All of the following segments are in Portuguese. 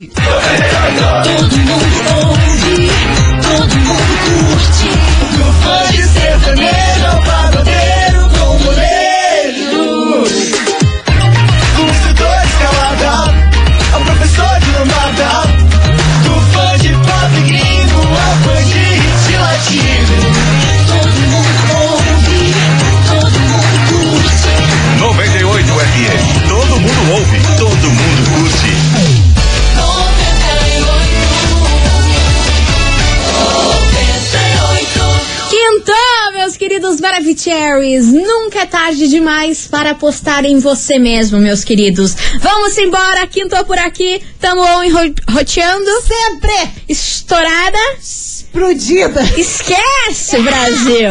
Ah, Todo mundo ouve, todo mundo curte. No fã de sertanejo ao pagodeiro com boleiro. O instrutor escalada, ao professor de lambada. Do fã de pop gringo ao fã de hit latino. Todo mundo ouve, todo mundo curte. 98 FM. Todo mundo ouve, todo mundo curte. Quintou, 98, 98. Então, meus queridos Maravicheries! Nunca é tarde demais para apostar em você mesmo, meus queridos. Vamos embora, quintou por aqui, tamo on enro- roteando. Sempre! Estourada! explodida. Esquece, Brasil!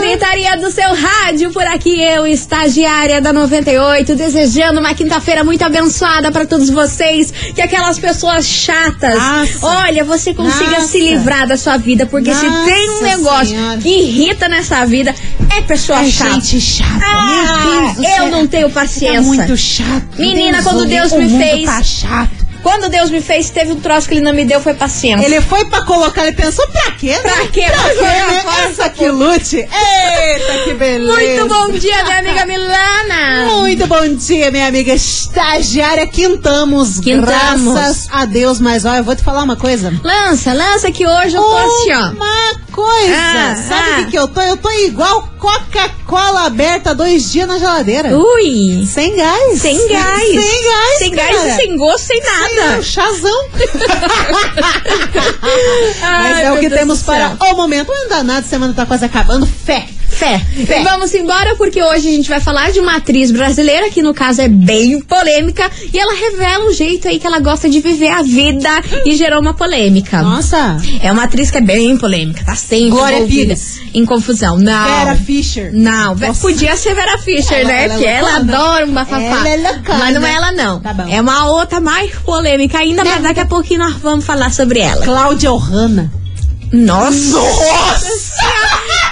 Gritaria do seu rádio, por aqui eu, estagiária da 98, desejando uma quinta-feira muito abençoada pra todos vocês, que aquelas pessoas chatas, Nossa. olha, você consiga Nossa. se livrar da sua vida, porque se Nossa tem um negócio Senhora. que irrita nessa vida, é pessoa É chata. gente chata. Ah, Meu Deus do eu céu. não tenho paciência. É muito chato. Menina, Deus quando o Deus me livre, o mundo fez- Tá chato. Quando Deus me fez, teve um troço que ele não me deu, foi paciência. Ele foi pra colocar, ele pensou pra quê? né? Pra quê? Pra Pra quê? né? fora, Essa que lute. Eita, que beleza. Muito bom dia, minha amiga Milana! Muito bom dia, minha amiga estagiária. Quintamos, Quintamos. graças a Deus. Mas olha, eu vou te falar uma coisa. Lança, lança que hoje eu tô assim, ó. Uma coisa. Ah, Sabe o ah. que, que eu tô? Eu tô igual Coca-Cola aberta dois dias na geladeira. Ui! Sem gás. Sem gás! Sem gás. Sem gás cara. e sem gosto, sem É um nada! chazão. Ai, Mas é meu o que Deus temos do céu. para o momento. Um danado, semana tá quase acabando. Fé. Fé. Fé. E vamos embora porque hoje a gente vai falar de uma atriz brasileira que no caso é bem polêmica e ela revela um jeito aí que ela gosta de viver a vida e gerou uma polêmica. Nossa. É uma atriz que é bem polêmica, tá sempre Glória envolvida Pires. em confusão. Não. Vera Fischer. Não, Ve- Nossa. podia ser Vera Fischer, Ela- né? ela é Porque ela loucona. adora um bafafá. Ela é loucona. mas não é ela, não. Tá bom. Né? É uma outra mais polêmica ainda, mas daqui a pouquinho nós vamos falar sobre ela. Cláudia Ohana. Nossa!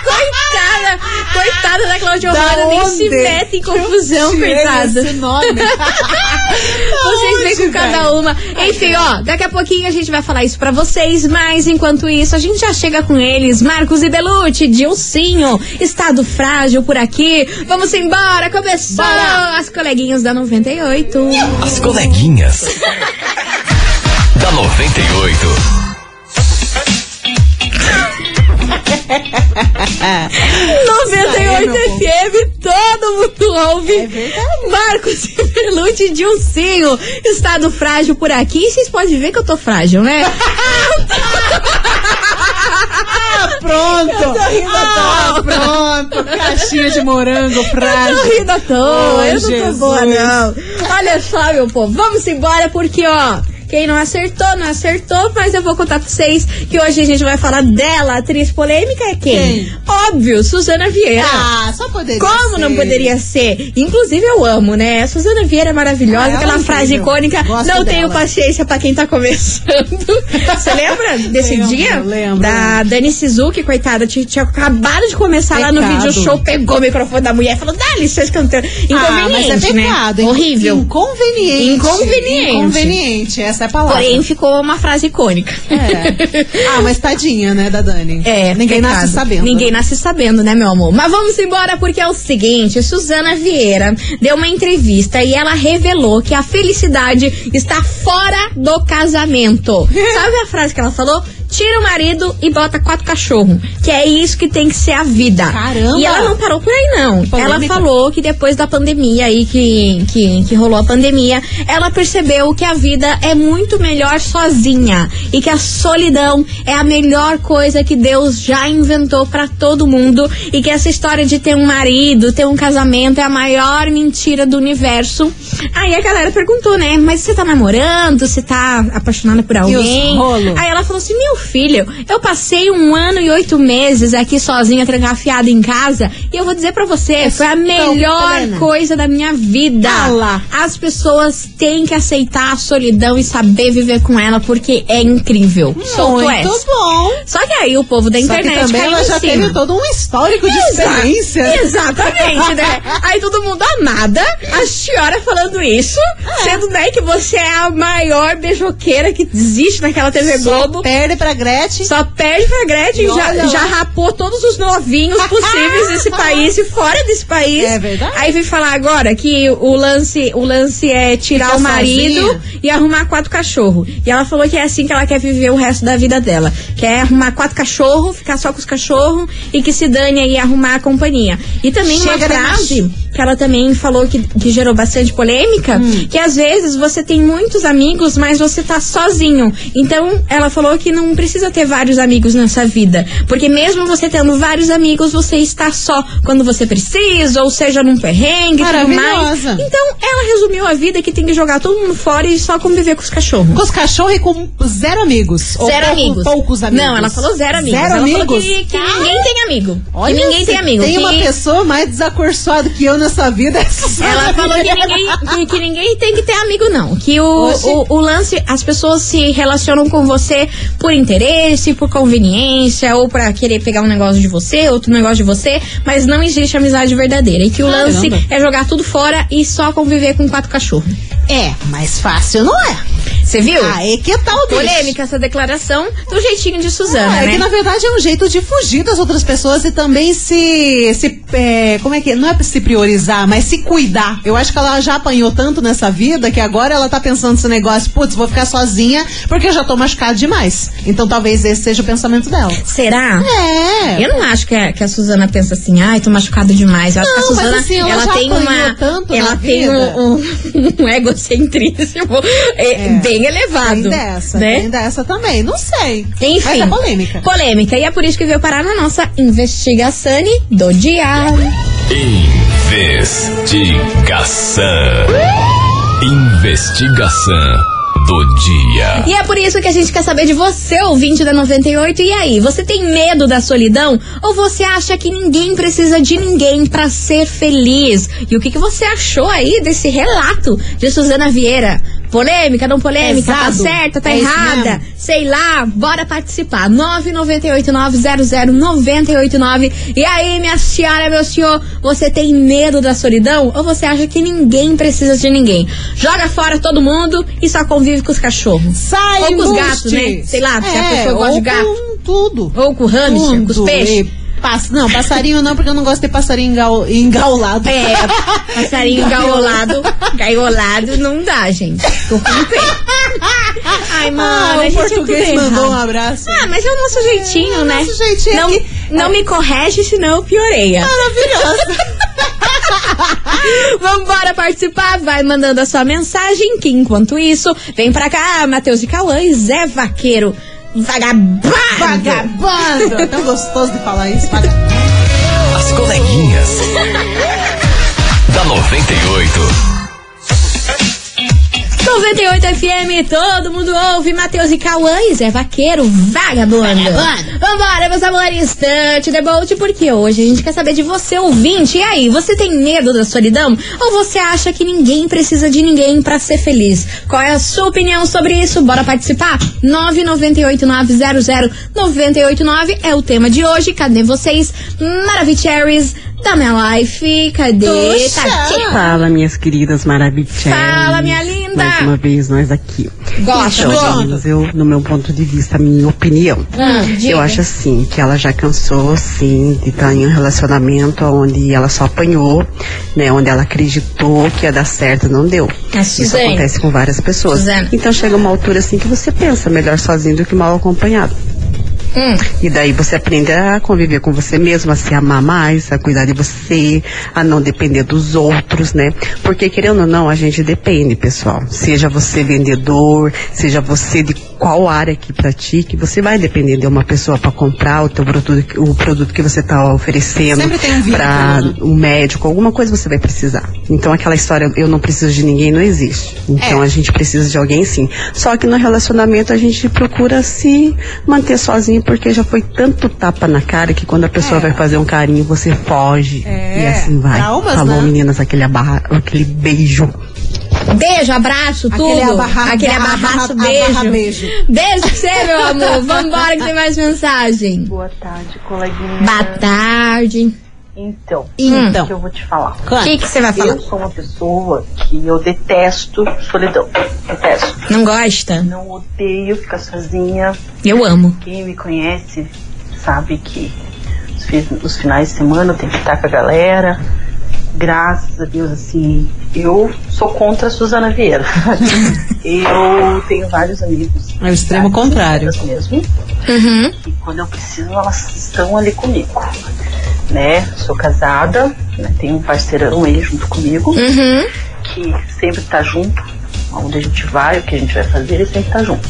coitada! Coitada da Cláudia Da Romana, nem se onde? mete em confusão, Tirei coitada. Esse nome. Vocês onde, vêm com cada velho? uma. Enfim, ó, daqui a pouquinho a gente vai falar isso pra vocês, mas enquanto isso, a gente já chega com eles. Marcos e Belucci, Dilcinho, Estado Frágil por aqui. Vamos embora, começou Bora! as coleguinhas da 98. As coleguinhas. da 98. aí, 98 meu povo. FM, todo mundo ouve. É verdade. Marcos e Belucci, Dilcinho, Estado Frágil por aqui. E vocês podem ver que eu tô frágil, né? Pronto. ah, pronto. Caixinha de morango Eu tô frágil. rindo à toa, Ai, eu não tô Jesus. boa, não. Olha só, meu povo, vamos embora porque, ó. Quem não acertou, não acertou, mas eu vou contar pra vocês que hoje a gente vai falar dela. A atriz polêmica é quem? Quem? Óbvio, Suzana Vieira. Ah, só poderia Como não ser. poderia ser? Inclusive, eu amo, né? A Suzana Vieira é maravilhosa, Ah, ela é aquela frase incrível. icônica: Gosto não tenho dela." paciência pra quem tá começando. Você lembra desse Lembro, dia? lembro. Da Dani Suzuki, coitada, tinha, tinha acabado de começar lá no Pecado. vídeo show, pegou o microfone da mulher e falou: dá licença que eu não tenho. Ah, Inconveniente, mas é pecado. né? hein? Horrível. Inconveniente. Inconveniente. Inconveniente, essa é a palavra. Porém, ficou uma frase icônica. É. Ah, mas tadinha, né, da Dani? É, Ninguém pecado. nasce sabendo. Ninguém nasce sabendo, né, meu amor? Mas vamos embora porque é o seguinte: Suzana Vieira deu uma entrevista e ela revelou que a felicidade está fora do casamento. Sabe a frase que ela falou? tira o marido e bota quatro cachorros. Que é isso que tem que ser a vida. Caramba! E ela não parou por aí, não. Ela Polêmica. falou que depois da pandemia aí, que, que, que rolou a pandemia, ela percebeu que a vida é muito melhor sozinha. E que a solidão é a melhor coisa que Deus já inventou pra todo mundo. E que essa história de ter um marido, ter um casamento, é a maior mentira do universo. Aí a galera perguntou, né? Mas você tá namorando? Você tá apaixonada por alguém? rolo? Aí ela falou assim: meu filho, eu passei um ano e oito meses aqui sozinha, trancafiada em casa, e eu vou dizer pra É você, foi a melhor plena. coisa da minha vida. Ah lá. As pessoas têm que aceitar a solidão e saber viver com ela, porque é incrível. Solto Muito essa. bom. Só que aí o povo da Só que internet também caiu ela em já cima. teve todo um histórico de experiência. Exatamente, né? Aí todo mundo amada, a senhora falando isso, sendo né, que você é a maior beijoqueira que existe naquela TV Só Globo. perde pra Gretchen. Só perde pra Gretchen, E já, olha já lá. rapou todos os novinhos possíveis desse país e fora desse país. É verdade. Aí vem falar agora que o lance, o lance é tirar Ficar o marido sozinha. e arrumar quatro cachorros. E ela falou que é assim que ela quer viver o resto da vida dela. Quer arrumar quatro cachorros, ficar só com os cachorros e que se dane aí arrumar a companhia. E também uma Chega de frase que ela também falou que, que gerou bastante polêmica, que às vezes você tem muitos amigos, mas você tá sozinho. Então, ela falou que não precisa ter vários amigos nessa vida, porque mesmo você tendo vários amigos, você está só quando você precisa, ou seja, num perrengue e tudo mais. Maravilhosa. Então, ela resumiu a vida que tem que jogar todo mundo fora e só conviver com os cachorros. Com os cachorros e com zero amigos. Ou Zero pouco- amigos. poucos amigos. Não, ela falou zero amigos. Zero ela falou amigos? Tá. que, que ninguém tem amigo. Olha, que ninguém se tem amigo. Tem que- uma pessoa mais desacorçoada que eu nessa vida. Ela falou que ninguém, que, que ninguém tem que ter amigo, não. Que o, Oxi. o, o lance, as pessoas se relacionam com você por interesse, por conveniência, ou pra querer pegar um negócio de você, outro negócio de você, mas não existe amizade verdadeira. E que o Caramba. lance é jogar tudo fora e só conviver com quatro cachorros. É, mas fácil não é. Você viu? Aí que tal o bicho? Polêmica essa declaração do jeitinho de Suzana, Ah, é né? que na verdade é um jeito de fugir das outras pessoas e também se. se é, como é que. é? Não é pra se priorizar, mas se cuidar. Eu acho que ela já apanhou tanto nessa vida que agora ela tá pensando nesse negócio, putz, vou ficar sozinha porque eu já tô machucada demais. Então talvez esse seja o pensamento dela. Será? É. Eu não acho que a, que a Suzana pensa assim, ai, tô machucada demais. Eu acho que a Não, mas Suzana, assim, ela, ela já tem apanhou uma. tanto ela na tem vida. um, um, um egocentrismo é, É. bem elevado. Tem dessa, né? tem dessa também. Não sei. Enfim. Mas é polêmica. Polêmica. E é por isso que veio parar na nossa investigação do diário. Investigação. Investigação do dia. E é por isso que a gente quer saber de você, ouvinte da 98. E aí, você tem medo da solidão? Ou você acha que ninguém precisa de ninguém pra ser feliz? E o que, que você achou aí desse relato de Suzana Vieira? Polêmica, não polêmica, tá Pesado. certa, tá É isso errada, mesmo. sei lá, bora participar. 998900989. E aí, minha senhora, meu senhor, você tem medo da solidão ou você acha que ninguém precisa de ninguém? Joga fora todo mundo e só convive com os cachorros. Sai, Ou com os embuste. gatos, né? Sei lá, se a É, pessoa gosta de ou gato. com tudo. Ou com o hamster, com os Tudo. peixes. E pass- Não, passarinho não, porque eu não gosto de passarinho engaul- engaulado. É, passarinho gaolado. Gaiolado não dá, gente. Tô com pena. Ai, Ah, mano, a o gente é tudo português mandou um errado. abraço. Ah, mas é o nosso jeitinho, É o né? nosso jeitinho Não, aqui. não me correge, senão eu piorei. ó. Maravilhoso. Vambora participar, vai mandando a sua mensagem, que enquanto isso, vem pra cá, Matheus de Cauã e Zé Vaqueiro. Vagabundo! Vagabundo. É Tão gostoso de falar isso. Vagabundo. As coleguinhas. da 98. 98 FM, todo mundo ouve. Matheus e Cauã e Zé Vaqueiro, vagabundo. Vambora, meus amores, Touch the boat, porque hoje a gente quer saber de você, ouvinte. E aí, você tem medo da solidão? Ou você acha que ninguém precisa de ninguém pra ser feliz? Qual é a sua opinião sobre isso? Bora participar? 998900989 é o tema de hoje. Cadê vocês? Maravicheries, da minha life. Cadê? Tá Puxa. aqui. Fala, minhas queridas maravilhosas. Fala, minha linda. Mais uma vez, nós aqui. Gosto, Então, gosto. meninas, eu, no meu ponto de vista, minha opinião, Ah, diga. eu acho assim, que ela já cansou, sim, de estar em um relacionamento onde ela só apanhou, né? Onde ela acreditou que ia dar certo, não deu. Ah, Isso Suzane. acontece com várias pessoas. Suzana. Então chega uma altura assim que você pensa melhor sozinho do que mal acompanhado. Hum. E daí você aprende a conviver com você mesmo, a se amar mais, a cuidar de você, a não depender dos outros, né? Porque querendo ou não, a gente depende, pessoal. Seja você vendedor, seja você de qual área que pratique, você vai depender de uma pessoa para comprar o teu produto, o produto que você está oferecendo Sempre tem um vínculo, para né? um médico, alguma coisa você vai precisar. Então aquela história eu não preciso de ninguém não existe. Então É. a gente precisa de alguém sim. Só que no relacionamento a gente procura se manter sozinho porque já foi tanto tapa na cara que quando a pessoa É. vai fazer um carinho você foge É. e assim vai. Traumas, Falou né? meninas aquele abarra, aquele beijo. Beijo, abraço, tudo. Aquele abarra- Aquele abarraço, abarra- beijo. abarra- beijo. Beijo pra você, meu amor. Vambora que tem mais mensagem. Boa tarde, coleguinha. Boa tarde. Então, o Então, que eu vou te falar? Hum. O que que você vai falar? Eu sou uma pessoa que eu detesto solidão. Detesto. Não gosta? Não odeio ficar sozinha. Eu amo. Quem me conhece sabe que os, fi- os finais de semana eu tenho que estar com a galera. Graças a Deus, assim, eu sou contra a Suzana Vieira. eu tenho vários amigos. É o extremo sabe, contrário. Mesmo. Uhum. E quando eu preciso, elas estão ali comigo. Né? Sou casada, né? tenho um parceirão aí junto comigo, Uhum. que sempre tá junto. Onde a gente vai, o que a gente vai fazer, ele sempre tá junto.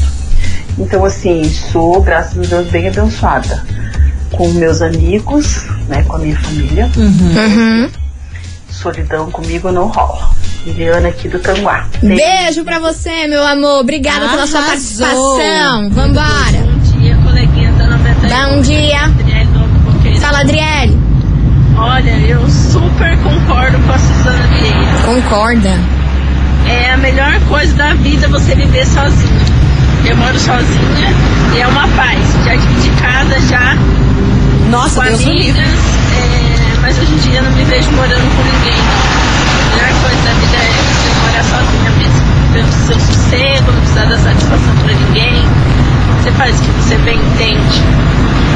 Então, assim, sou, graças a Deus, bem abençoada. Com meus amigos, né? Com a minha família. Uhum. Solidão comigo não rola. Liliana aqui do Tanguá. Beijo pra você, meu amor. Obrigada pela sua Arrasou. participação. Vambora. Bom dia, coleguinha da 98. Bom dia. Adriele do Alto Coqueiro. Fala, Adriele. Olha, eu super concordo com a Suzana Vieira. Concorda. É a melhor coisa da vida você viver sozinho. Eu moro sozinha e é uma paz. Já dividi casa já nossa, com Deus me livre. amigas, é, mas hoje em dia eu não me vejo morando com ninguém. não. A melhor coisa da vida é você morar sozinha mesmo. Ter o seu sossego, não precisar dar satisfação pra ninguém. Você faz o que você bem entende.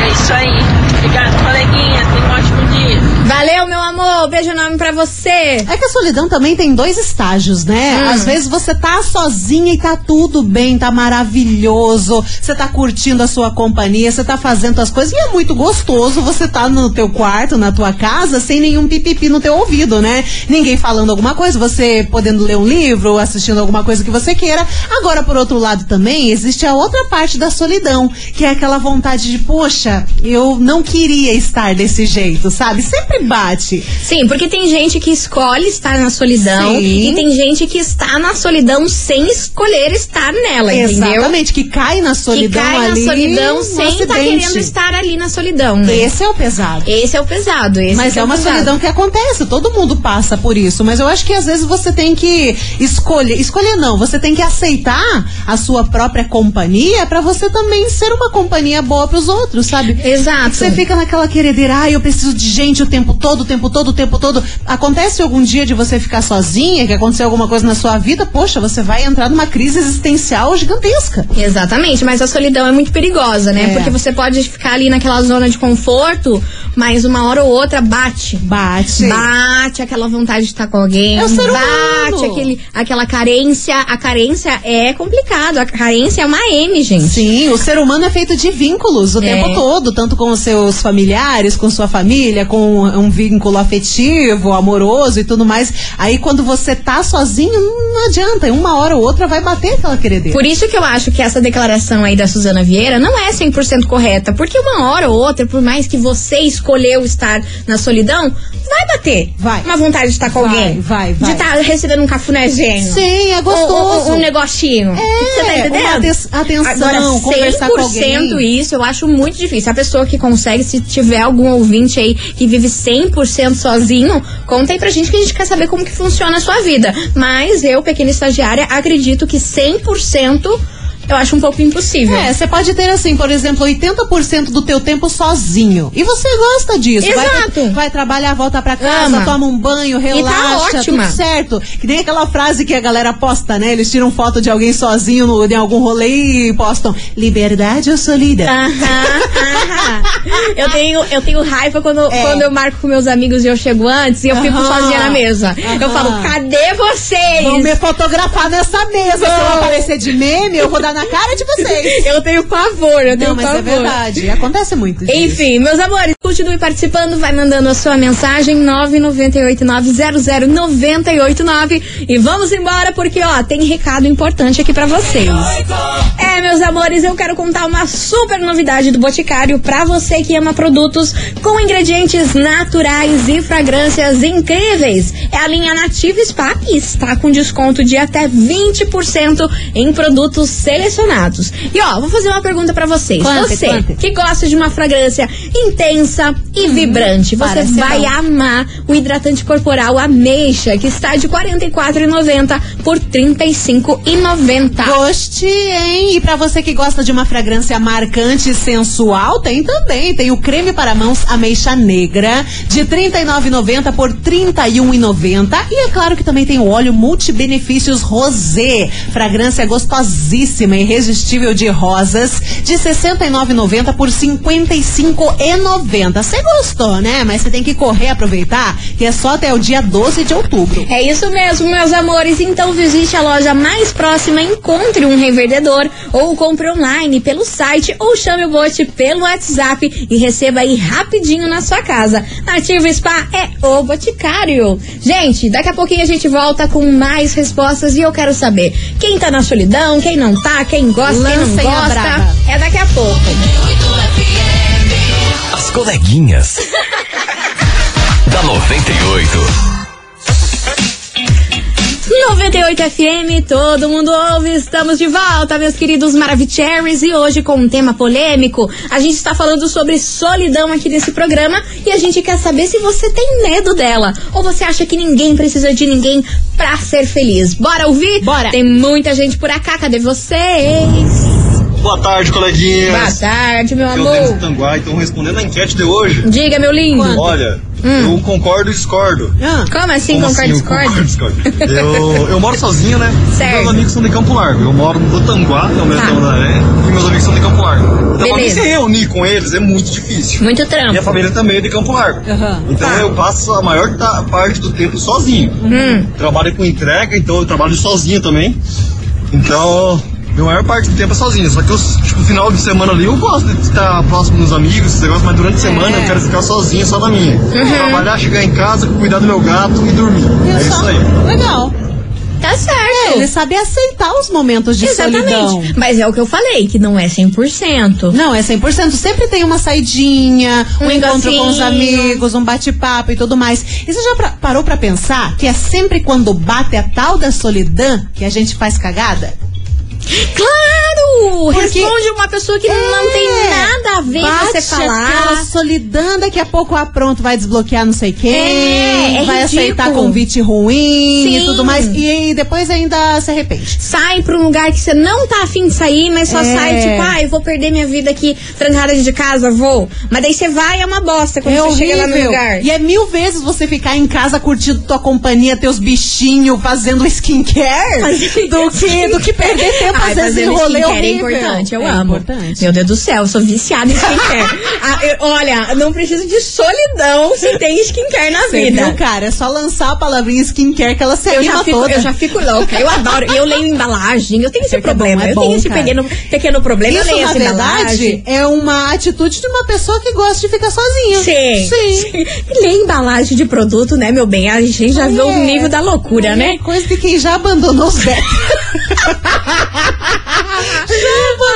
É isso aí. Obrigado, coleguinha. Tenha um ótimo dia. Valeu, meu amor. Beijo enorme pra você. Hum. É que a solidão também tem dois estágios, né? Às vezes você tá sozinha e tá tudo bem, tá maravilhoso, você tá curtindo a sua companhia, você tá fazendo as coisas e é muito gostoso você tá no teu quarto, na tua casa, sem nenhum pipipi no teu ouvido, né? Ninguém falando alguma coisa, você podendo ler um livro, assistindo alguma coisa que você queira. Agora, por outro lado também, existe a outra parte da solidão, que é aquela vontade de, poxa, eu não queria estar desse jeito, sabe? Sempre bate. Sim, porque tem gente que escolhe estar na solidão Sim. e tem gente que está na solidão sem escolher estar nela, entendeu? Exatamente, que cai na Que solidão cai na ali. solidão um sem estar acidente. querendo estar ali na solidão, né? Esse é o pesado. Esse é o pesado. Esse Mas que é uma o pesado. solidão que acontece, todo mundo passa por isso. Mas eu acho que às vezes você tem que escolher. Escolher não, você tem que aceitar a sua própria companhia pra você também ser uma companhia boa pros outros, sabe? Exato. Você fica naquela queredeira, ah, eu preciso de gente o tempo todo, o tempo todo, o tempo todo. Acontece algum dia de você ficar sozinha, que aconteceu alguma coisa na sua vida, poxa, você vai entrar numa crise existencial gigantesca. Exatamente, mas a solidão é muito perigosa, né? É. Porque você pode ficar ali naquela zona de conforto, mas uma hora ou outra bate. Bate. Bate aquela vontade de estar com alguém. É o ser humano. bate aquele, aquela carência. A carência é complicado. A carência é uma M, gente. Sim, o ser humano é feito de vínculos o É. tempo todo, tanto com os seus familiares, com sua família, com um vínculo afetivo, amoroso e tudo mais. Aí quando você tá sozinho, não adianta, em uma hora ou outra vai bater aquela queredeira. Por isso que eu acho que essa declaração aí da Suzana Vieira não é 100% correta. Porque uma hora ou outra, por mais que você escolheu estar na solidão, vai bater. Vai. Uma vontade de estar com Vai, alguém. vai, vai. De estar recebendo um cafunézinho. Sim, é gostoso. Um, um- um negocinho. Você tá entendendo? É, uma aten- atenção, Agora, conversar com alguém. 100% isso eu acho muito difícil. A pessoa que consegue, se tiver algum ouvinte aí que vive 100% sozinho, conta aí pra gente que a gente quer saber como que funciona a sua vida. Mas eu, pequena estagiária, acredito que 100% eu acho um pouco impossível. É, você pode ter assim, por exemplo, 80% do teu tempo sozinho. E você gosta disso. Vai, Exato. vai trabalar, volta pra casa, Ama. tá toma um banho, relaxa, ótima. tudo certo. Que nem aquela frase que a galera posta, né? Eles tiram foto de alguém sozinho no, em algum rolê e postam liberdade ou solidão. Aham, aham. Eu tenho, eu tenho raiva quando, quando eu marco com meus amigos e eu chego antes e eu fico É. Aham. sozinha na mesa. Eu Aham. falo, cadê vocês? Vão me fotografar nessa mesa. Se eu aparecer de meme, eu vou dar na cara de vocês. Eu tenho pavor, eu tenho Não, mas pavor. é verdade. Acontece muito. gente. Enfim, meus amores, continue participando, vai mandando a sua mensagem 998900989 e vamos embora porque ó, tem recado importante aqui pra vocês. É, meus amores, eu quero contar uma super novidade do Boticário pra você que ama produtos com ingredientes naturais e fragrâncias incríveis. É a linha Native Spa que está com desconto de até 20% em produtos selecionados. E ó, vou fazer uma pergunta pra vocês. Quanto, você quanto? que gosta de uma fragrância intensa e vibrante. Você parece vai bom. amar o hidratante corporal Ameixa, que está de R$ 44,90 por R$ 35,90. Goste, hein? E pra você que gosta de uma fragrância marcante e sensual, tem também. Tem o creme para mãos ameixa negra, de R$ 39,90 por R$ 31,90. E é claro que também tem o óleo multibenefícios rosé, fragrância gostosíssima, irresistível de rosas, de R$ 69,90 por R$ 55,90. Você gostou, né? Mas você tem que correr aproveitar, que é só até o dia 12 de outubro. É isso mesmo, meus amores. Então visite a loja mais próxima, encontre um revendedor ou compre online pelo site ou chame o bote pelo WhatsApp e receba aí rapidinho na sua casa. Nativo Spa é o Boticário. Gente, daqui a pouquinho a gente volta com mais respostas e eu quero saber quem tá na solidão, quem não tá, quem gosta, quem Lancem não a gosta. braba. É daqui a pouco. As coleguinhas. da 98. 98 FM, todo mundo ouve, estamos de volta, meus queridos Maravicheries, e hoje com um tema polêmico. A gente está falando sobre solidão aqui nesse programa e a gente quer saber se você tem medo dela ou você acha que ninguém precisa de ninguém pra ser feliz. Bora ouvir? Bora. Tem muita gente por acá, cadê vocês? Boa tarde, Boa coleguinhas. tarde, meu Eu Denis amor. Tanguai, então respondendo a enquete de hoje. Diga, meu lindo. Olha, Hum. eu concordo e discordo. Ah. Como assim, Como concorda e assim, eu discorda? concordo e discordo? Eu, eu moro sozinho, né? Certo. Meus amigos são de Campo Largo. Eu moro no Tanguá, que é o mesmo Tá. nome da área, e meus amigos são de Campo Largo. Então, pra mim, Beleza. se reunir com eles é muito difícil. Muito Minha trampo. Tá. família também é de Campo Largo. Aham. Então eu passo a maior ta- parte do tempo sozinho. Uhum. Trabalho com entrega, então eu trabalho sozinho também. Então, a maior parte do tempo é sozinho. Só que eu, tipo, final de semana ali eu gosto de estar próximo dos amigos, esse negócio, mas durante a semana É. eu quero ficar sozinho, só na minha. Uhum. Trabalhar, chegar em casa, cuidar do meu gato e dormir. é Viu só? isso aí. Legal. É, Tá certo. Ele sabe aceitar os momentos de Exatamente. solidão. Mas é o que eu falei, que não é 100%. Não, é 100%. Sempre tem uma saidinha, um, Um encontro com os negocinho. amigos, um bate-papo e tudo mais. E você já pra- parou pra pensar que é sempre quando bate a tal da solidão que a gente faz cagada? Claro! Porque- É! Responde uma pessoa que não tem nada a ver Bate você falar. aquela solidão, daqui a pouco a pronto vai desbloquear não sei quem, É, é ridículo. vai aceitar convite ruim Sim. e tudo mais. E depois ainda se arrepende. Sai pra um lugar que você não tá afim de sair, mas só É. sai, tipo, ah, eu vou perder minha vida aqui trancada de casa, vou. Mas daí você vai e é uma bosta quando É você horrível. chega lá no lugar. E é mil vezes você ficar em casa curtindo tua companhia, teus bichinhos, fazendo skincare, Fazendo do, que, do que perder tempo Ai, às vezes em fazendo rolê skincare é horrível. importante, eu É amo. importante. Meu Deus do céu, eu sou viciada em skincare. Ah, eu- olha, não preciso de solidão se tem skincare na Você vida. viu, cara? É só lançar a palavrinha skincare que ela se Eu anima já, fico, toda. eu já fico louca. Eu adoro. Eu leio embalagem. Eu tenho esse Porque é bom, problema. é eu bom, tenho esse cara. pequeno, pequeno problema. eu Isso, leio na essa verdade, embalagem. é uma atitude de uma pessoa que gosta de ficar sozinha. Sim. Sim. Ler embalagem de produto, né, meu bem? A gente já vê o É. nível da loucura, né? É coisa de quem já abandonou os velhos.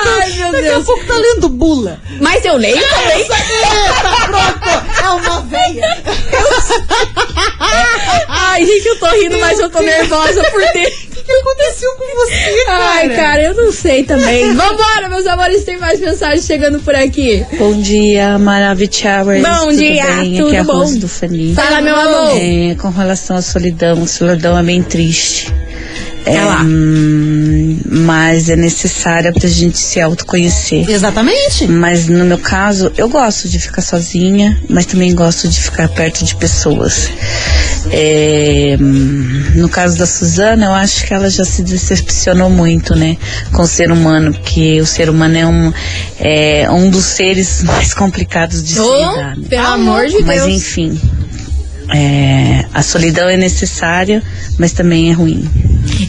Ai, meu Daqui a Deus. pouco tá lendo bula. Ah, Mas eu leio também. Tá é pronto. É uma veia. Ai, gente, eu tô rindo, mas eu tô nervosa por ter. O que, que aconteceu com você, cara? Ai, cara, eu não sei também. Vambora, meus amores, tem mais mensagens chegando por aqui. Bom dia, Maravichowers. Bom tudo dia, bem? tudo Aqui é a bom? Rose do Fani. Fala, meu amor. É, com relação à solidão, a solidão é bem triste. É, hum, mas é necessária pra gente se autoconhecer. Exatamente. Mas no meu caso, eu gosto de ficar sozinha, mas também gosto de ficar perto de pessoas. É, hum, no caso da Suzana, eu acho que ela já se decepcionou muito, né? Com o ser humano, porque o ser humano é um, é um dos seres mais complicados de se Oh, lidar. né? Ah, pelo amor de Mas Deus. enfim. é, a solidão é necessária, mas também é ruim.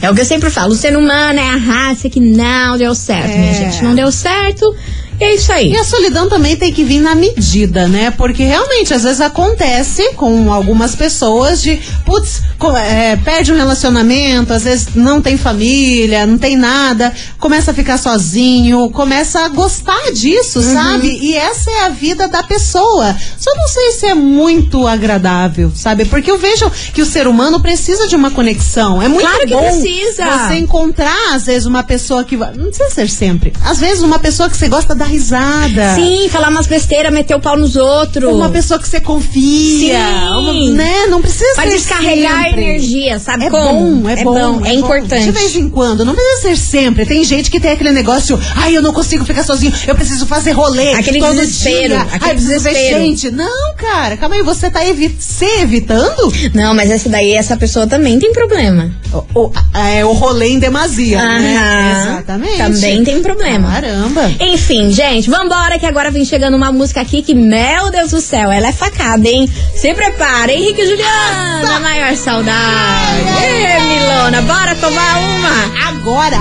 É o que eu sempre falo, o ser humano é a raça que não deu certo, É. minha gente. Não deu certo. E é isso aí. E a solidão também tem que vir na medida, né? Porque realmente, às vezes acontece com algumas pessoas de, putz, co- é, perde um relacionamento, às vezes não tem família, não tem nada, começa a ficar sozinho, começa a gostar disso, Uhum. sabe? E essa é a vida da pessoa. Só não sei se é muito agradável, sabe? Porque eu vejo que o ser humano precisa de uma conexão. É muito Claro que bom precisa. você encontrar, Ah, às vezes, uma pessoa que. va- Não precisa ser sempre. Às vezes, uma pessoa que você gosta da risada. Sim, falar umas besteiras, meter o pau nos outros. Uma pessoa que você confia. Sim. Uma- né? Não precisa Pra ser. descarregar sempre. a energia, sabe? É como? bom, é, bom, é, importante. De vez em quando, não precisa ser sempre. Tem gente que tem aquele negócio, ai, eu não consigo ficar sozinho, eu preciso fazer rolê. Aquele todo desespero, Dia. aquele ai, eu preciso desespero. ver gente. Não, cara, calma aí, você tá evi se evitando Não, mas essa daí, essa pessoa também tem problema. o, o, a- é, o rolê em demasia, né? Aham. Exatamente. Também tem problema. Caramba. Enfim, gente, vambora que agora vem chegando uma música aqui que, meu Deus do céu, ela é facada, hein? Se prepara, Henrique e Juliana, maior saudade. Ê, Milona, bora tomar uma. Agora.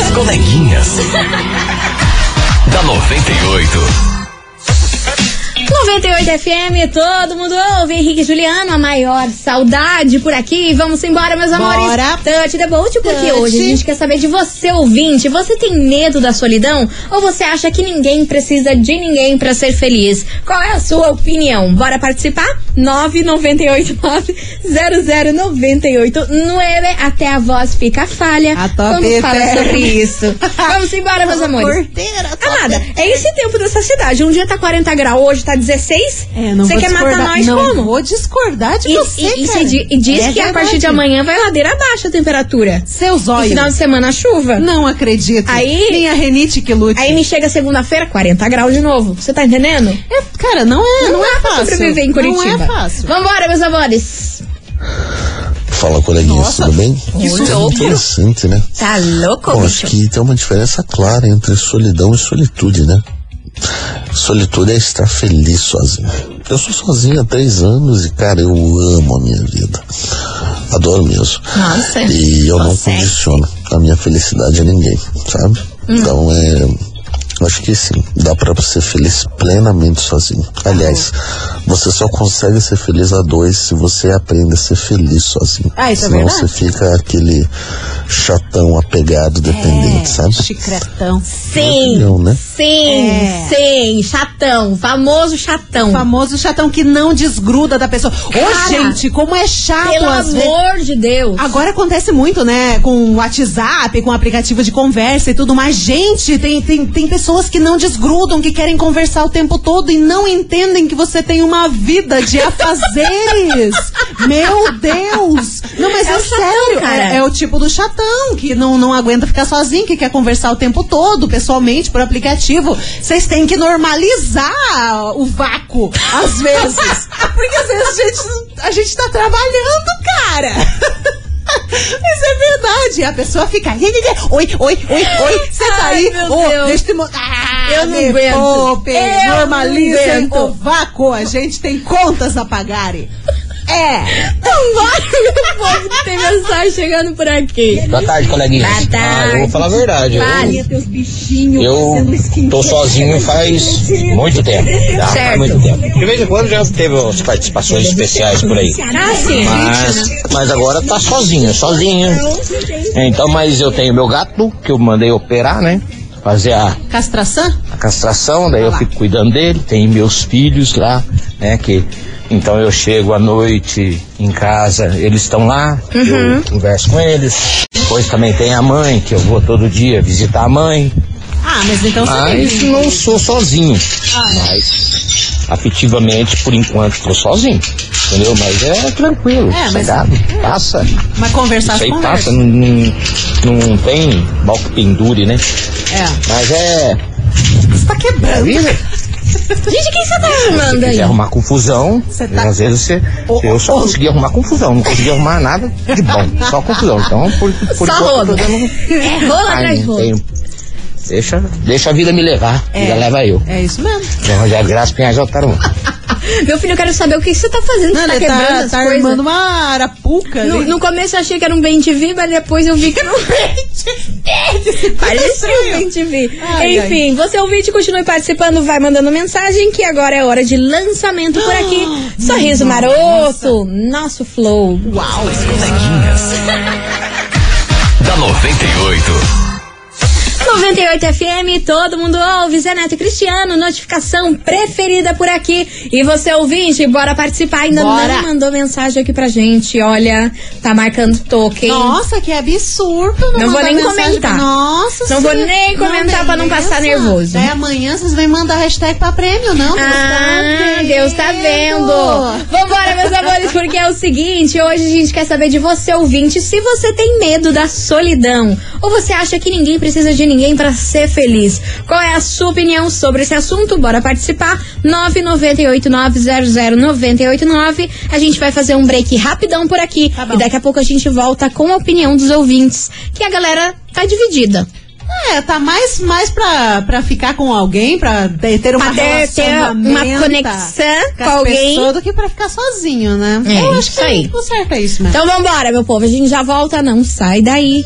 As coleguinhas. da 98. 98 FM, todo mundo ouve. Henrique e Juliana, a maior saudade por aqui. Vamos embora, meus amores. Bora. Touch the boat, porque Touch. hoje a gente quer saber de você, ouvinte. Você tem medo da solidão? Ou você acha que ninguém precisa de ninguém pra ser feliz? Qual é a sua opinião? Bora participar? 998900989 até a voz fica falha. A top é Vamos falar eterna. sobre isso. Vamos embora, meus amores. Porteira, top. Amada, é esse tempo dessa cidade. Um dia tá 40 graus, hoje tá 16. É, não Você vou quer matar discordar- nós não como? vou discordar de E, você, e- e cara. cê di- e diz É que a partir verdade. de amanhã vai ladeira abaixo a temperatura. Seus E olhos. final de semana a chuva. Não acredito. Aí- Nem a renite que lute. Aí me chega segunda-feira, 40 graus de novo. Você tá entendendo? É, cara, não é, não, é pra fácil. sobreviver em Curitiba. Não é fácil. Vambora, meus amores. Fala, coleguinhas, Nossa, tudo bem? que Isso é louco. interessante, né? Tá louco, Bom, acho que tem uma diferença clara entre solidão e solitude, né? Solitude é estar feliz sozinho. Eu sou sozinho há três anos e, cara, eu amo a minha vida. Adoro mesmo. Nossa. É. E eu Tá não Você. condiciono a minha felicidade a ninguém, sabe? Hum. Então é. eu Acho que sim, dá pra ser feliz plenamente sozinho. Aliás, você só consegue ser feliz a dois se você aprende a ser feliz sozinho. Ah, isso é Senão verdade. você fica aquele chatão apegado, dependente, É, sabe? Chicretão. Sim, Não, né? sim, É. sim. Chatão, famoso chatão. O famoso chatão que não desgruda da pessoa. Ô, Cara, gente, como é chato Pelo às vezes. amor de Deus. Agora acontece muito, né? Com o WhatsApp, com o aplicativo de conversa e tudo mais. Gente, tem, tem, tem pessoas que não desgrudam, que querem conversar o tempo todo e não entendem que você tem uma vida de afazeres. Meu Deus! Não, mas É é, o chatão, sério. cara. É, é o tipo do chatão, que não, não aguenta ficar sozinho, que quer conversar o tempo todo, pessoalmente, por aplicativo. Vocês têm que normalizar o vácuo, às vezes. Porque às vezes a gente, a gente tá trabalhando, cara. Mas é verdade, a pessoa fica. "Ih, ih, ih, Oi, oi, oi, oi, você tá Ai, aí. meu Ô, Deus. deixa eu te mo- ah, Eu não me aguento. poupem, Eu não normalizem aguento. o vácuo. A gente tem contas a pagarem. É. Vambora, meu povo, tem mensagem chegando por aqui. Boa tarde, coleguinha. Boa Ah, eu tarde. vou falar a verdade. Vale. Eu, eu tô sozinho faz muito tempo. tá? Certo. Faz muito tempo. De vez em quando já teve umas participações especiais por aí. Ah, sim. Mas, mas agora tá sozinho, sozinho. Então, mas eu tenho meu gato, que eu mandei operar, né? Fazer a Castração? a castração, daí eu fico cuidando dele, tem meus filhos lá, né, que então eu chego à noite em casa, eles estão lá, Uhum. eu converso com eles. Depois também tem a mãe, que eu vou todo dia visitar a mãe. Ah, mas então você tem. Mas não É, sou sozinho. Mas afetivamente, por enquanto, estou sozinho. entendeu? Mas é tranquilo, É, mas- sossegado, passa. Mas conversar, Isso aí conversa. passa, não, não, não tem mal que pendure, né? É. Mas é. Você tá quebrando. Gente, quem você tá Se arrumando aí? quiser arrumar confusão, Você tá- às vezes você. eu só consegui arrumar confusão, não consegui arrumar nada de bom, só confusão. Então, por, por Só enquanto, eu tô rodo. dando- É rola Ai, atrás de não rola. tenho- Deixa, deixa a vida me levar, a vida leva eu. É isso mesmo. Zé Rogério Graça, Pinhajal, Tarumã. Meu filho, eu quero saber o que você tá fazendo. Não, você tá ele tá- quebrando as tá coisas. armando uma arapuca No, ali. no começo eu achei que era um bem de vi, mas depois eu vi que não Parecia um bem de vi. Ai, Enfim, você ouvinte, continue participando, vai mandando mensagem que agora é hora de lançamento por aqui. Ah, Sorriso Maroto, nosso flow. Uau! Da 98. 98 FM, todo mundo ouve, Zé Neto e Cristiano, notificação preferida por aqui. E você ouvinte, bora participar, ainda Bora. não mandou mensagem aqui pra gente, olha, tá marcando toque, hein? Nossa, que absurdo. Não vou mandar nem mensagem comentar. pra- Nossa Não vou senhora. nem comentar pra não beleza. É, passar nervoso. Daí amanhã vocês vêm mandar hashtag pra prêmio, não? Deus Ah, tá Deus tá vendo. Vambora, meus amores, porque é o seguinte: hoje a gente quer saber de você, ouvinte, se você tem medo da solidão ou você acha que ninguém precisa de ninguém pra ser feliz. Qual é a sua opinião sobre esse assunto? Bora participar. 998900989. A gente vai fazer um break rapidão por aqui e daqui a pouco a gente volta com a opinião dos ouvintes, que a galera tá dividida. É, tá mais, mais pra, pra ficar com alguém, pra ter ter uma Pra ter- ter relacionamento uma conexão com, com as alguém. pessoas do que pra ficar sozinho, né? É, Eu isso acho que aí. o certo é isso mesmo. Então vambora, meu povo. A gente já volta, não sai daí.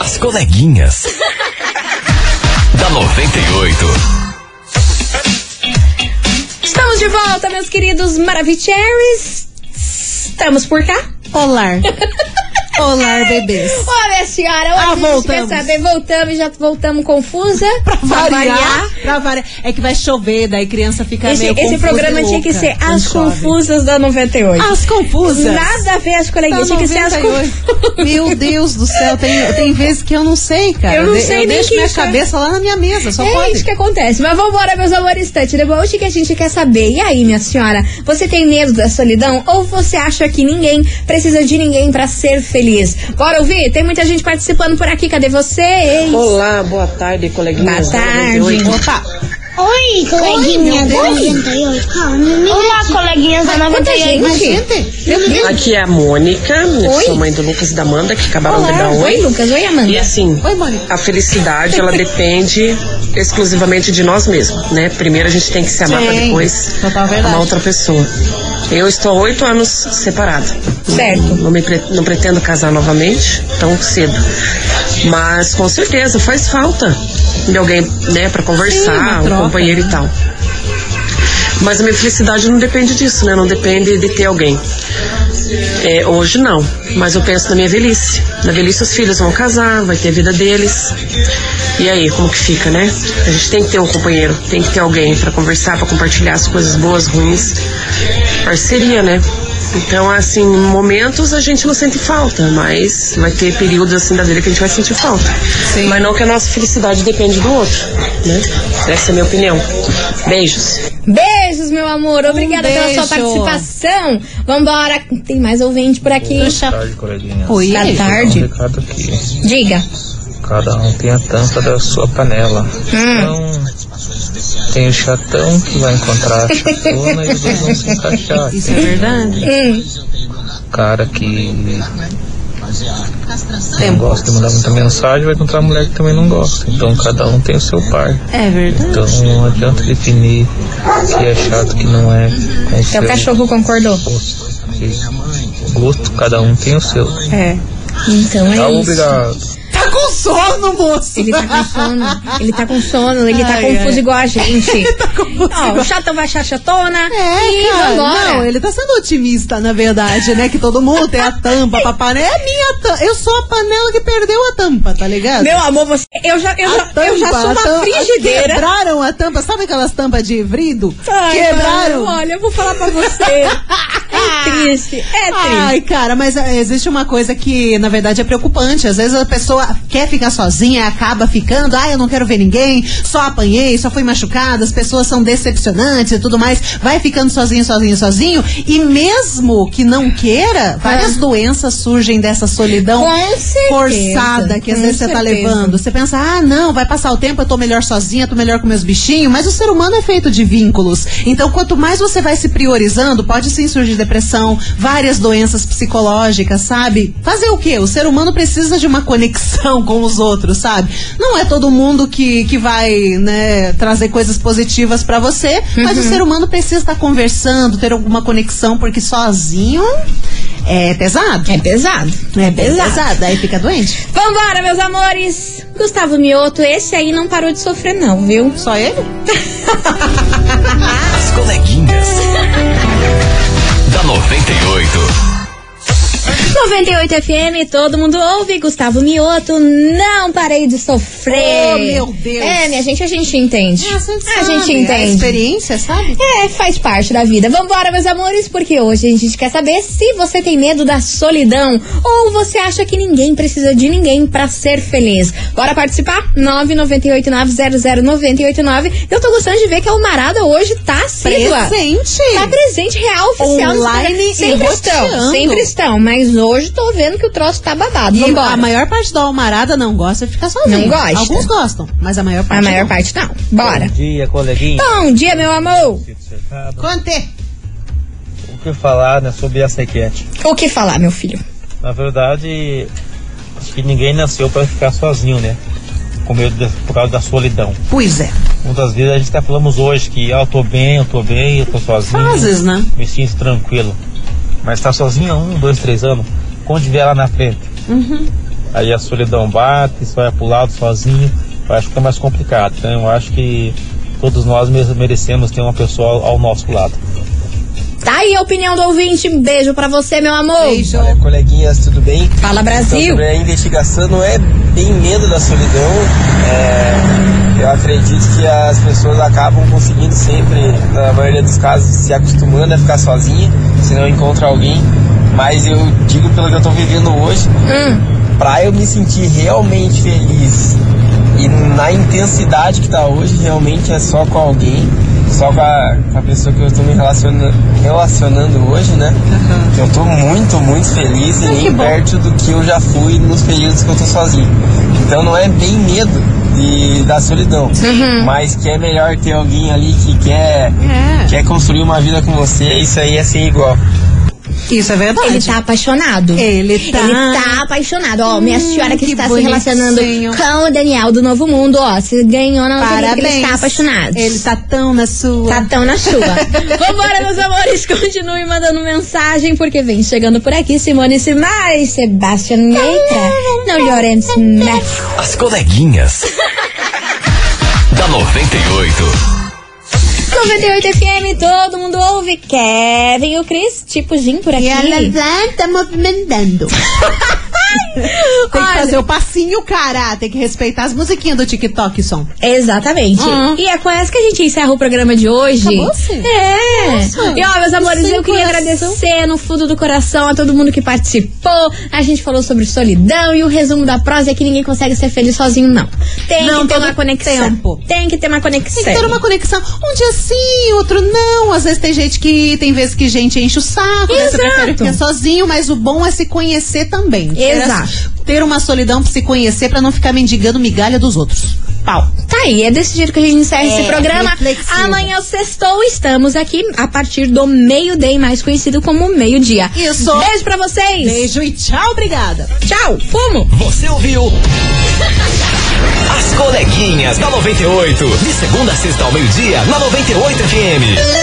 As coleguinhas. da 98. Estamos de volta, meus queridos Maravicheries. Estamos por cá? Olá. Olá, bebês. Olha, senhora, hoje Ah, a gente voltamos. quer saber, voltamos, já voltamos confusa. pra Variar, pra variar. É que vai chover, daí criança fica Esse, meio esse confusa programa e tinha que louca ser quando As chove. Confusas da 98. As confusas. Nada a ver as coleguinhas, Tá tinha que ser as 98. confusas. Meu Deus do céu, tem, tem vezes que eu não sei, cara. Eu não De- sei eu nem deixo quem minha que é. cabeça lá na minha mesa, só é pode. isso que acontece. Mas vambora, meus amores, Tante Deboche, que a gente quer saber. E aí, minha senhora, você tem medo da solidão ou você acha que ninguém precisa de ninguém pra ser feliz? Bora ouvir? Tem muita gente participando por aqui, cadê vocês? Olá, boa tarde, coleguinhas. Boa tarde. Opa. Oi, coleguinha Oi, da meu bem. 98. Calma, Olá, coleguinhas da 98. Aqui é a Mônica, eu Oi. sou mãe do Lucas e da Amanda, que acabaram Olá, de dar um oi, oi. Lucas, oi, Amanda. E assim, a felicidade, ela depende exclusivamente de nós mesmos, né? Primeiro a gente tem que se amar pra Sim, depois amar outra pessoa. Eu estou há oito anos separada. Certo. Não, me pre- não pretendo casar novamente tão cedo. Mas com certeza faz falta de alguém, né, pra uma conversar, um troca, companheiro né? e tal. Mas a minha felicidade não depende disso, né? Não depende de ter alguém. É, hoje não, mas eu penso na minha velhice. Na velhice os filhos vão casar, vai ter a vida deles. E aí, como que fica, né? A gente tem que ter um companheiro, tem que ter alguém pra conversar, pra compartilhar as coisas boas, ruins. Parceria, né? Então, assim, em momentos a gente não sente falta, mas vai ter períodos assim da vida que a gente vai sentir falta. Mas não que a nossa felicidade depende do outro, né? Essa é a minha opinião. Beijos. Beijos, meu amor. Obrigada pela sua beijo. participação. Vambora. Tem mais ouvinte por aqui. coleguinha. Oi. Boa tarde. Um recado aqui. Diga. Cada um tem a tampa da sua panela. Hum. Então, tem o chatão que vai encontrar a chatona e os dois vão se encaixar. Isso é Tem verdade. O cara que É não gosta de mandar muita mensagem vai encontrar a mulher que também não gosta. Então, cada um tem o seu par. É verdade. Então, não adianta definir que é chato, que não é. com o Seu seu cachorro concordou. Gosto, cada um tem o seu. É. Então é Tchau, isso. obrigado. Tá com sono, moço. Ele tá com sono. Ele tá com sono. Ele tá Ai, confuso ai. igual a gente. tá confuso Ó, o chatão vai achar chatona. É, e cara, vambora. não, ele tá sendo otimista, na verdade, né? Que todo mundo tem a tampa pra panela. É minha tampa. Eu sou a panela que perdeu a tampa, tá ligado? Meu amor, você. Eu já, eu A já, eu já tampa, sou a uma tam- frigideira. Quebraram a tampa. Sabe aquelas tampas de vidro? Ai, quebraram. mano, olha, eu vou falar pra você. É triste, é triste. Ai, cara, mas é, existe uma coisa que, na verdade, é preocupante. Às vezes a pessoa quer ficar sozinha, acaba ficando, ah, eu não quero ver ninguém, só apanhei, só fui machucada, as pessoas são decepcionantes e tudo mais. Vai ficando sozinho, sozinho, sozinho. E mesmo que não queira, várias doenças surgem dessa solidão Com certeza, forçada que às com vezes você tá certeza. levando. Você pensa, ah, não, vai passar o tempo, eu tô melhor sozinha, tô melhor com meus bichinhos, mas o ser humano é feito de vínculos. Então, quanto mais você vai se priorizando, pode sim surgir depressão, várias doenças psicológicas, sabe? Fazer o quê? O ser humano precisa de uma conexão com os outros, sabe? Não é todo mundo que, que vai, né, trazer coisas positivas pra você, mas o Uhum. ser humano precisa estar conversando, ter alguma conexão, porque sozinho é pesado. É pesado. É pesado. pesado, aí fica doente. Vambora, meus amores! Gustavo Mioto, esse aí não parou de sofrer, não, viu? Só ele? As coleguinhas. da 98. 98 FM, todo mundo ouve. Gustavo Mioto, não parei de sofrer. Oh, meu Deus. É, minha gente, a gente entende. É, a gente a sabe, gente é a entende. experiência, sabe? É, faz parte da vida. Vambora, meus amores, porque hoje a gente quer saber se você tem medo da solidão ou você acha que ninguém precisa de ninguém pra ser feliz. Bora participar? 998900989. Eu tô gostando de ver que a Almarada hoje tá assídua. Presente. Tá presente, real, oficial. Online e Sempre estão, roteando. sempre estão. Então, Mas hoje tô vendo que o troço tá babado. E Vambora. a maior parte da almarada não gosta de ficar sozinha. Não gosta. Alguns gostam, mas a maior parte A maior não. parte não. Bora. Então, Bom dia, coleguinha. Bom dia, meu amor. Conte. O que falar né, sobre essa enquete? O que falar, meu filho? Na verdade, acho que ninguém nasceu para ficar sozinho, né? Com medo da- por causa da solidão. Pois é. Muitas vezes a gente até falamos hoje que ah, eu tô bem, eu tô bem, eu tô sozinho. Hum. Fases, né? Me sinto tranquilo. Mas tá sozinho há um, dois, três anos. Quando vier lá na frente, Uhum. aí a solidão bate, você vai pro lado sozinho, eu acho que é mais complicado. Então eu acho que todos nós mes- merecemos ter uma pessoa ao- ao nosso lado. Tá aí a opinião do ouvinte. Um beijo pra você, meu amor. Beijo. Coleguinhas, tudo bem? Fala, Brasil. Então, sobre a investigação, não é bem medo da solidão. é, eu acredito que as pessoas acabam conseguindo sempre, na maioria dos casos, se acostumando a ficar sozinha, se não encontra alguém. Mas eu digo pelo que eu tô vivendo hoje, Hum. pra eu me sentir realmente feliz e na intensidade que tá hoje, realmente é só com alguém, só com a, com a pessoa que eu tô me relacionando, relacionando hoje, né? Eu tô muito, muito feliz e nem perto do que eu já fui nos períodos que eu tô sozinho. Então não é bem medo de, da solidão, mas que é melhor ter alguém ali que quer, quer construir uma vida com você, isso aí é sem igual. Isso é verdade. Ele tá apaixonado. Ele Hum, tá. apaixonado. Ó, minha senhora que, que está bonitinho. se relacionando com o Daniel do Novo Mundo, ó, você ganhou na loteria que ele Parabéns. está apaixonado. Ele tá tão na sua. Tá tão na sua. Vambora, meus amores, continue mandando mensagem, porque vem chegando por aqui Simone Simais, Sebastian Neitra, não lloremos mais. As coleguinhas. da 98. 98 FM, todo mundo ouve. Kevin e o Cris, tipo Jim por aqui. E ela tá movimentando. Tem que fazer o passinho, cara. Tem que respeitar as musiquinhas do TikTok, som. Exatamente. Uhum. E é com essa que a gente encerra o programa de hoje. Acabou-se? É. Nossa. E ó, meus amores, Sem eu queria coração. agradecer no fundo do coração a todo mundo que participou. A gente falou sobre solidão e o resumo da prosa é que ninguém consegue ser feliz sozinho, não. Tem Não, que ter todo uma conexão. tempo. Tem que ter uma conexão. Tem que ter uma conexão. Um dia sim, outro não. Às vezes tem gente que. Tem vezes que gente enche o saco, né? Você Exato. prefere ficar sozinho, mas o bom é se conhecer também. Ter Exato. as- Ter uma solidão pra se conhecer pra não ficar mendigando migalha dos outros. Pau. Tá aí, é desse jeito que a gente encerra É, esse programa. reflexivo. Amanhã, sextou, estamos aqui a partir do meio-dia, mais conhecido como meio-dia. Isso. Beijo pra vocês. Beijo e tchau, obrigada. Tchau. Fumo. Você ouviu? As coleguinhas da 98. De segunda a sexta ao meio-dia, na 98 FM.